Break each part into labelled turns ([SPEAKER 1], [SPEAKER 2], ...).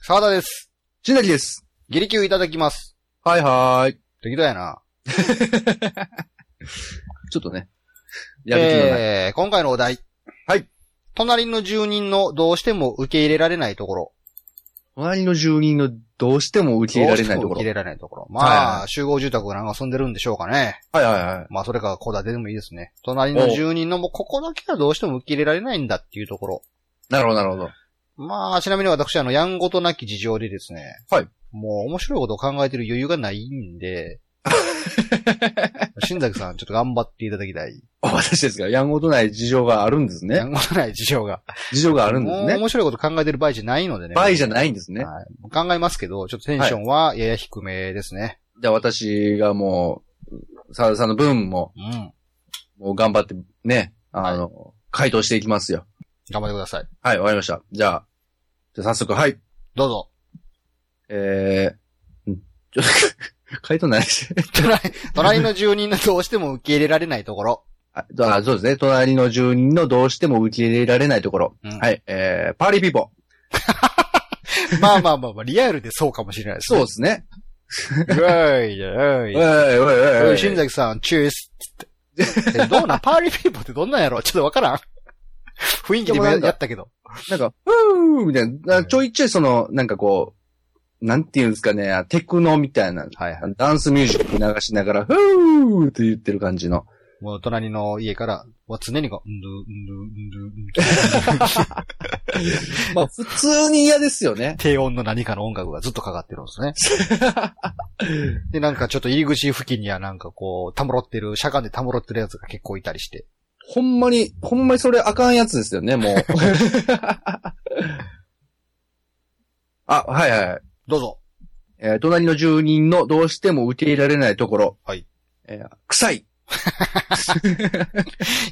[SPEAKER 1] 沢田です。
[SPEAKER 2] しんなりです。
[SPEAKER 1] ギリキューいただきます。
[SPEAKER 2] はいはーい。
[SPEAKER 1] 適当やな。
[SPEAKER 2] ちょっとね。やる気のない。
[SPEAKER 1] えー、今回のお題。
[SPEAKER 2] はい。
[SPEAKER 1] 隣の住人のどうしても受け入れられないところ。
[SPEAKER 2] 隣の住人のどうしても受け入れられない
[SPEAKER 1] どうしても受け
[SPEAKER 2] ところ
[SPEAKER 1] 入。れられないところ。まあ、
[SPEAKER 2] はいは
[SPEAKER 1] 集合住宅なんか住んでるんでしょうかね。
[SPEAKER 2] はいはいはい。
[SPEAKER 1] まあ、それか、戸建てでもいいですね。隣の住人のもうここだけはどうしても受け入れられないんだっていうところ。
[SPEAKER 2] なるほどなるほど。
[SPEAKER 1] まあ、ちなみに私、あの、やんごとなき事情でですね。
[SPEAKER 2] はい。
[SPEAKER 1] もう、面白いことを考えてる余裕がないん で。新崎さん、ちょっと頑張っていただきたい。
[SPEAKER 2] あ私ですが、やんごとない事情があるんです
[SPEAKER 1] や
[SPEAKER 2] ね。
[SPEAKER 1] んごとない事情が。
[SPEAKER 2] 事情があるんで
[SPEAKER 1] も
[SPEAKER 2] す
[SPEAKER 1] う
[SPEAKER 2] ね。
[SPEAKER 1] 面白いこと考えてる場合じゃないのでね。
[SPEAKER 2] 倍じゃ
[SPEAKER 1] い。
[SPEAKER 2] ないんですね。
[SPEAKER 1] 考えますけど、ちょっとテンションはやや低めですね。
[SPEAKER 2] じゃあ私がもう、沢田さんの分も、
[SPEAKER 1] うん。
[SPEAKER 2] もう頑張ってね、あの、回答していきますよ。
[SPEAKER 1] 頑張ってください。
[SPEAKER 2] はい、わかりました。じゃあ、じゃあ早速、はい。
[SPEAKER 1] どうぞ。
[SPEAKER 2] えー、んちょっと、 回答ないし。
[SPEAKER 1] 隣、隣の住人のどうしても受け入れられないところ。
[SPEAKER 2] ああそうですね。隣の住人のどうしても受け入れられないところ。
[SPEAKER 1] うん
[SPEAKER 2] はい。えー、パーリーピーポー。
[SPEAKER 1] まあまあまあまあ、リアルでそうかもしれないです、
[SPEAKER 2] そう
[SPEAKER 1] ね。
[SPEAKER 2] ですね。
[SPEAKER 1] そう。 はい、は
[SPEAKER 2] おい
[SPEAKER 1] い。
[SPEAKER 2] おいおいお
[SPEAKER 1] お
[SPEAKER 2] い。
[SPEAKER 1] い、新崎さん、チュース。つってえどうなん パーリーピーポーってどんなんやろちょっとわからん。雰囲気でもややったけど。
[SPEAKER 2] なんか、ふーみたいな。ちょいちょいその、なんかこう、なんていうんですかね、テクノみたいな、
[SPEAKER 1] はいはい。
[SPEAKER 2] ダンスミュージック流しながら、ふーって言ってる感じの。
[SPEAKER 1] もう隣の家から、は常にこう、んど、んど、んど、んど、
[SPEAKER 2] まあ、普通に嫌ですよね。
[SPEAKER 1] 低音の何かの音楽がずっとかかってるんですね。 で、なんかちょっと入り口付近にはなんかこう、たむろってる、車間でたむろってるやつが結構いたりして。
[SPEAKER 2] ほんまに、ほんまにそれあかんやつですよね、 もう。あ、はいはいはい。
[SPEAKER 1] どうぞ。
[SPEAKER 2] えー隣の住人のどうしても受け入れられないところ。
[SPEAKER 1] はい。
[SPEAKER 2] えー臭い。い
[SPEAKER 1] い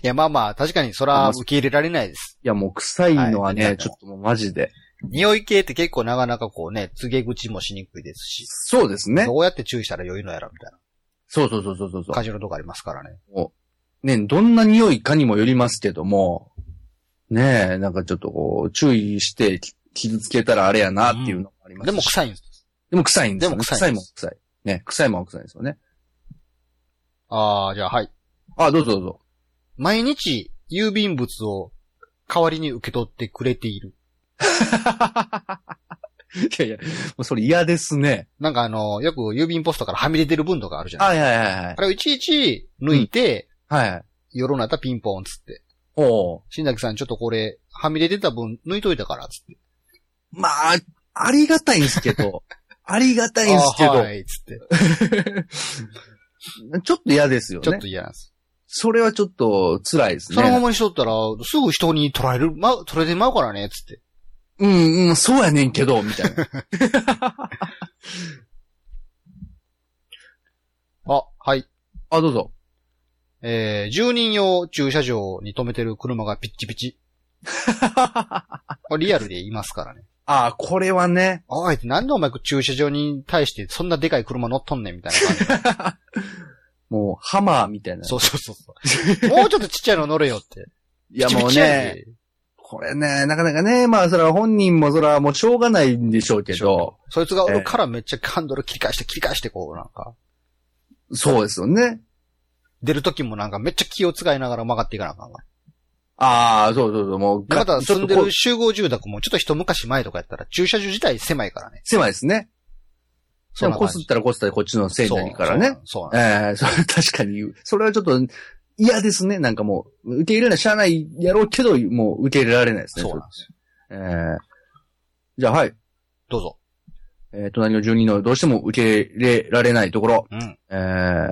[SPEAKER 1] や、まあまあ、確かにそら受け入れられないです。
[SPEAKER 2] や、もう臭いのはね、
[SPEAKER 1] はい
[SPEAKER 2] ちょっともうマジで。
[SPEAKER 1] 匂い系って結構なかなかこうね、告げ口もしにくいですし、
[SPEAKER 2] そうですね。
[SPEAKER 1] どうやって注意したら良いのやらみたい
[SPEAKER 2] そうそうそうそうそう
[SPEAKER 1] な感じのとこありますからね。
[SPEAKER 2] ね、どんな匂いかにもよりますけども、ねえ、なんかちょっとこう、注意してき傷つけたらあれやなっていうのもありますし、
[SPEAKER 1] でも臭いんです。
[SPEAKER 2] でも臭いんですよ、ね。
[SPEAKER 1] でも臭い
[SPEAKER 2] 臭い
[SPEAKER 1] ん
[SPEAKER 2] も
[SPEAKER 1] で
[SPEAKER 2] ん臭い。ね、臭いもん臭いですよね。
[SPEAKER 1] ああ、じゃあはい。
[SPEAKER 2] あ、どうぞど うぞ。
[SPEAKER 1] 毎日、郵便物を代わりに受け取ってくれている。
[SPEAKER 2] いやいや、もうそれ嫌ですね。
[SPEAKER 1] なんかあの、よく郵便ポストからはみ出てる分とかあるじゃない
[SPEAKER 2] はいはいはいはい
[SPEAKER 1] あ。れをいちいち抜いて、
[SPEAKER 2] はいはい。
[SPEAKER 1] 夜になったらピンポンつって。
[SPEAKER 2] おう
[SPEAKER 1] 新崎さんちょっとこれ、はみ出てた分抜いといたからつって。
[SPEAKER 2] まあ、ありがたいんですけ ど、ありがたいんですけ
[SPEAKER 1] あ
[SPEAKER 2] ど、
[SPEAKER 1] はい、つって。
[SPEAKER 2] ちょっと嫌ですよ
[SPEAKER 1] ちょっ
[SPEAKER 2] ね
[SPEAKER 1] と。嫌なんです。
[SPEAKER 2] それはちょっと辛いですね。
[SPEAKER 1] そのままにしとったら、すぐ人に取られる、ま、取られてまうからね、つって。
[SPEAKER 2] うん、うん、そうやねんけど、みたいな。
[SPEAKER 1] あ、はい。
[SPEAKER 2] あ、どうぞ。
[SPEAKER 1] えー、住人用駐車場に止めてる車がピッチピ チ。これリアルで言いますからね。
[SPEAKER 2] あ、これはね、
[SPEAKER 1] おいってなんでお前駐車場に対してそんなでかい車乗っとんねんみたいな感じ。
[SPEAKER 2] もう、ハマーみたいな。
[SPEAKER 1] そうそうそうそう。もうちょっとちっちゃいの乗れよって。
[SPEAKER 2] いや
[SPEAKER 1] ピッチ
[SPEAKER 2] もう
[SPEAKER 1] ピチや
[SPEAKER 2] ね、
[SPEAKER 1] で。
[SPEAKER 2] これね、なかなかね、まあそれは本人もそれはもうしょうがないんでしょうけど、
[SPEAKER 1] そいつがおるからめっちゃハンドル切り返して切り返してこうなんか。
[SPEAKER 2] そうですよね。
[SPEAKER 1] 出る時もなんかめっちゃ気を使いながら曲がっていかなあかんわ。
[SPEAKER 2] ああ、そうそうそう、もう、
[SPEAKER 1] で、また
[SPEAKER 2] ちょ
[SPEAKER 1] 住
[SPEAKER 2] っ
[SPEAKER 1] ん
[SPEAKER 2] と
[SPEAKER 1] で
[SPEAKER 2] こう
[SPEAKER 1] る集合住宅もちょっと一昔前とかやったら駐車場自体狭いからね。
[SPEAKER 2] 狭いですね。
[SPEAKER 1] そんな
[SPEAKER 2] こ
[SPEAKER 1] 感
[SPEAKER 2] す
[SPEAKER 1] じ
[SPEAKER 2] ったらこすったらこっちのせいになるからね。。
[SPEAKER 1] そうそうそう
[SPEAKER 2] ええそれ確かに言う。 それはちょっと嫌ですね。なんかもう、受け入れない、しゃあないやろうけど、もう受け入れられないですね。
[SPEAKER 1] そうなんですよ。
[SPEAKER 2] ええじゃあはい。
[SPEAKER 1] どうぞ。
[SPEAKER 2] えー隣の住人のどうしても受け入れられないところ。
[SPEAKER 1] うん。
[SPEAKER 2] えー、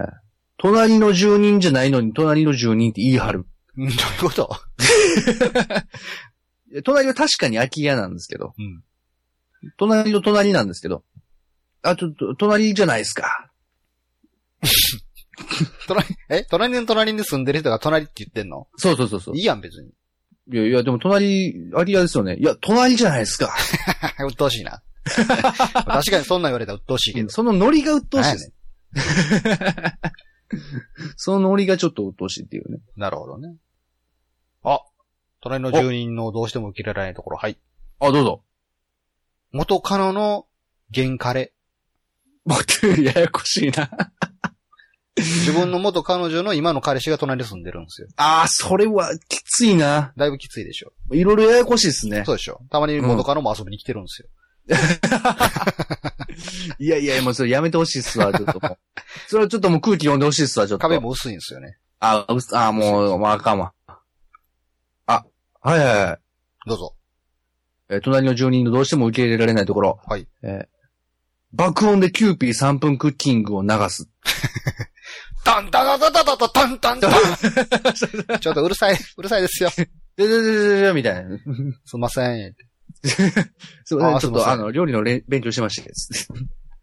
[SPEAKER 2] 隣の住人じゃないのに隣の住人って言い張る。
[SPEAKER 1] うんどういうこと
[SPEAKER 2] いや隣は確かに空き家なんですけど。
[SPEAKER 1] うん
[SPEAKER 2] 隣の隣なんですけど。あ、ちょっと、隣じゃないですか。
[SPEAKER 1] 隣、え隣の隣に住んでる人が隣って言ってんの
[SPEAKER 2] そうそうそうそう。
[SPEAKER 1] いいやん別に。
[SPEAKER 2] いやいや、でも隣、空き家ですよね。いや、隣じゃないですか。
[SPEAKER 1] 鬱陶しいな。 確かにそんなん言われたら鬱陶しいけど。
[SPEAKER 2] そのノリが鬱陶し
[SPEAKER 1] な
[SPEAKER 2] いで
[SPEAKER 1] んや
[SPEAKER 2] す。そのノリがちょっと鬱陶しいっていうね。
[SPEAKER 1] なるほどね。あ、隣の住人のどうしても受け入れられないところ、はい。
[SPEAKER 2] あ、どうぞ。
[SPEAKER 1] 元カノの原カレ。
[SPEAKER 2] もう、ややこしいな。
[SPEAKER 1] 自分の元彼女の今の彼氏が隣に住んでるんですよ。
[SPEAKER 2] ああ、それはきついな。
[SPEAKER 1] だいぶきついでしょ。
[SPEAKER 2] いろいろややこしいですね。
[SPEAKER 1] そうでしょ。たまに元カノも遊びに来てるんですよ。
[SPEAKER 2] いやいや、もうそれやめてほしいっすわ、ちょっともう。 それはちょっともう空気読んでほしいっすわ、ちょっと。
[SPEAKER 1] 壁も薄いんですよね。
[SPEAKER 2] あ、うっあ、もう、まあ、あかんわ。あ、はいはいはい。
[SPEAKER 1] どうぞ。
[SPEAKER 2] えー隣の住人のどうしても受け入れられないところ。
[SPEAKER 1] はい。
[SPEAKER 2] えー爆音でキューピー3分クッキングを流す。
[SPEAKER 1] タンタタタタタタタンタンタン ちょっとうるさい、 うるさいですよ。
[SPEAKER 2] でででででみたいな。
[SPEAKER 1] すいません。
[SPEAKER 2] そうね
[SPEAKER 1] あ
[SPEAKER 2] ち
[SPEAKER 1] すい
[SPEAKER 2] ょっ
[SPEAKER 1] ませ
[SPEAKER 2] と、
[SPEAKER 1] ん
[SPEAKER 2] あの、料理のれん勉強してましたです。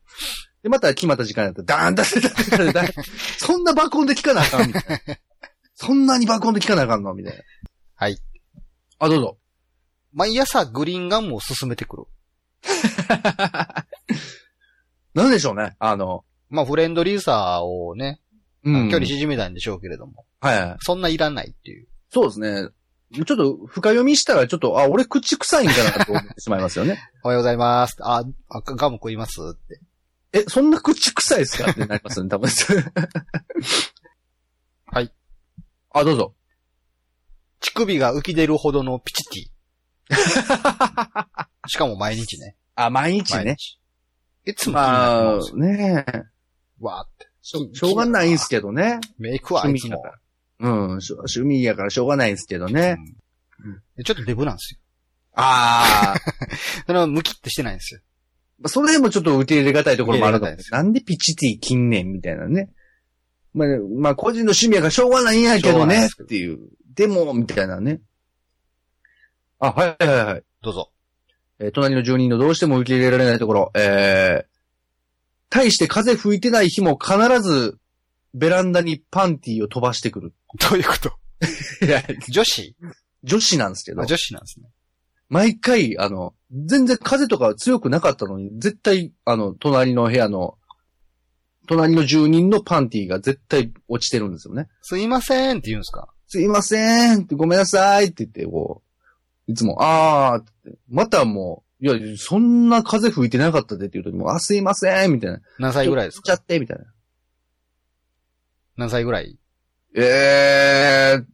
[SPEAKER 2] で、また決まった時間だったら、ダーンダーンダーンダーンダーンダーン そんな爆音で聞かなあかんみたいな。 そんなに爆音で聞かなあかんのみたいな。
[SPEAKER 1] はい。
[SPEAKER 2] あ、どうぞ。
[SPEAKER 1] 毎朝グリーンガンも進めてくる。
[SPEAKER 2] なんでしょうね。あの、
[SPEAKER 1] まあ、フレンドリーさをね、
[SPEAKER 2] うん。
[SPEAKER 1] 距離縮めたいんでしょうけれども、
[SPEAKER 2] はい。
[SPEAKER 1] そんないらないっていう。
[SPEAKER 2] そうですね。ちょっと、深読みしたら、ちょっと、あ、俺口臭いんかなと思ってしまいます よね。
[SPEAKER 1] おはようございます。あ、あガム食いますって。
[SPEAKER 2] え、そんな口臭いですかってなりますよね、多分。
[SPEAKER 1] はい。
[SPEAKER 2] あ、どうぞ。
[SPEAKER 1] 乳首が浮き出るほどのピチテ ィ。しかも毎日ね。
[SPEAKER 2] あ、毎日
[SPEAKER 1] 毎
[SPEAKER 2] ね。
[SPEAKER 1] 日。いつも気になるも
[SPEAKER 2] ま
[SPEAKER 1] ん
[SPEAKER 2] あ
[SPEAKER 1] です、よ。
[SPEAKER 2] ねえ。
[SPEAKER 1] わーって。
[SPEAKER 2] しょしょうがないんすけどね。
[SPEAKER 1] メイクはあいつも。
[SPEAKER 2] うん、しょ趣味やからしょうがないんすけどね。
[SPEAKER 1] でちょっとデブなんですよ。
[SPEAKER 2] ああ、
[SPEAKER 1] その、ムキってしてないんですよ。
[SPEAKER 2] まあそれもちょっと受け入れがたいところもあると思う
[SPEAKER 1] 受け入れ難いです
[SPEAKER 2] なんでピチティ近年みたいなね。まあ、まあ、個人の趣味やからしょうがないんやけ
[SPEAKER 1] しょう
[SPEAKER 2] ど
[SPEAKER 1] がない
[SPEAKER 2] ね
[SPEAKER 1] で
[SPEAKER 2] っ
[SPEAKER 1] すけど
[SPEAKER 2] ていう。でも、みたいなね。あ、はいはいはい。
[SPEAKER 1] どうぞ。
[SPEAKER 2] えー隣の住人のどうしても受け入れられないところ、えー、対して風吹いてない日も必ずベランダにパンティーを飛ばしてくる。
[SPEAKER 1] どう いうこと
[SPEAKER 2] いや、
[SPEAKER 1] 女子
[SPEAKER 2] 女子なんですけど
[SPEAKER 1] あ、女子なんですね。
[SPEAKER 2] 毎回、あの、全然風とか強くなかったのに、絶対、あの、隣の部屋の、隣の住人のパンティーが絶対落ちてるんですよね。
[SPEAKER 1] すいませんって言うんですか
[SPEAKER 2] すいません、ごめんなさいって言って、こう、いつも、あーって、またもう、いや、そんな風吹いてなかったでって言うと、もう、あ、すいません、みたいな。
[SPEAKER 1] 何歳ぐらいです
[SPEAKER 2] ちょっ
[SPEAKER 1] か
[SPEAKER 2] とちゃって、みたいな。
[SPEAKER 1] 何歳ぐらい
[SPEAKER 2] えー、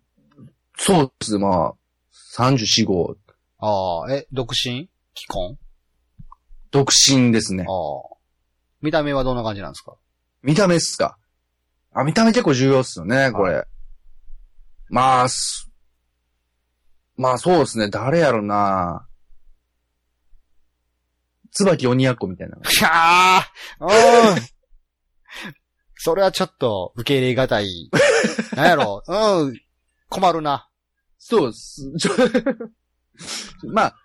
[SPEAKER 2] そうですね、まあ、34号、
[SPEAKER 1] ああ、え、独身既婚
[SPEAKER 2] 独身ですね
[SPEAKER 1] あ。あ。見た目はどんな感じなんですか
[SPEAKER 2] 見た目っすか。あ、見た目結構重要っすよね、これ。まあ、すまあそうですね、誰やろな。椿鬼奴みたいな。
[SPEAKER 1] いやーうん。それはちょっと受け入れがた い。なんやろうん。困るな。
[SPEAKER 2] そうっす。ちょ まあ、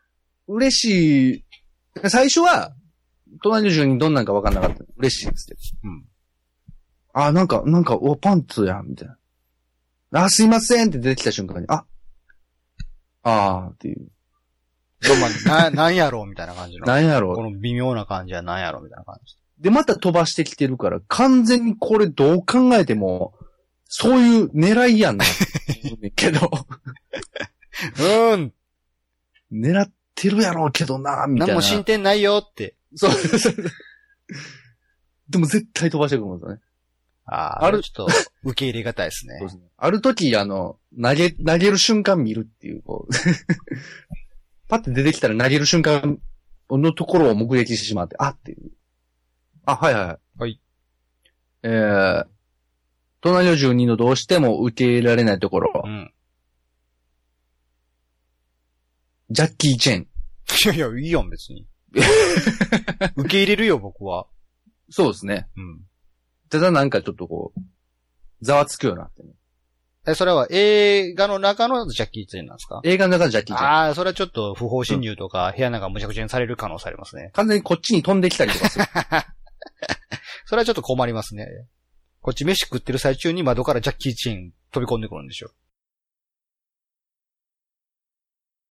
[SPEAKER 2] 嬉しい。最初は、隣の住人どんなんかわかんなかった。嬉しいですけど。
[SPEAKER 1] うん。
[SPEAKER 2] あ、なんか、なんか、お、パンツやん、みたいな。あ、すいませんって出てきた瞬間に、あ、あーっていう。
[SPEAKER 1] どんまな、なんやろみたいな感じの。
[SPEAKER 2] なんやろう
[SPEAKER 1] この微妙な感じはなんやろみたいな感じ。
[SPEAKER 2] で、また飛ばしてきてるから、完全にこれどう考えても、そういう狙い やんな。けど、
[SPEAKER 1] うん。
[SPEAKER 2] 狙ってるやろうけどな、みた
[SPEAKER 1] 何
[SPEAKER 2] いな。
[SPEAKER 1] も進展ないよって。
[SPEAKER 2] そう そうそう。でも絶対飛ばしてくるもんですよね。
[SPEAKER 1] ああ、
[SPEAKER 2] あ
[SPEAKER 1] あ
[SPEAKER 2] る
[SPEAKER 1] れちょっと受け入れがたいですね
[SPEAKER 2] そう。ですねある時、あの、投げ、投げる瞬間見るっていう、こう。 パッて出てきたら投げる瞬間のところを目撃してしまって、あっていう。あ、はいはい。
[SPEAKER 1] はい。
[SPEAKER 2] えー、隣の住人のどうしても受け入れられないところ。
[SPEAKER 1] うん。
[SPEAKER 2] ジャッキー・チェン。
[SPEAKER 1] いやいや、いいやん、別 に。受け入れるよ、僕は。
[SPEAKER 2] そうですね。
[SPEAKER 1] うん。
[SPEAKER 2] ただなんかちょっとこう、ざわつくようなってね。
[SPEAKER 1] え、それは映画の中のジャッキー・チェンなんですか
[SPEAKER 2] 映画の中のジャッキー・チェン。
[SPEAKER 1] ああ、それはちょっと不法侵入とか、部屋なんかむちゃくちゃにされる可能性ありますね。
[SPEAKER 2] 完全にこっちに飛んできたりとかする。
[SPEAKER 1] それはちょっと困りますね。こっち飯食ってる最中に窓からジャッキーチェーン飛び込んでくるんでしょ。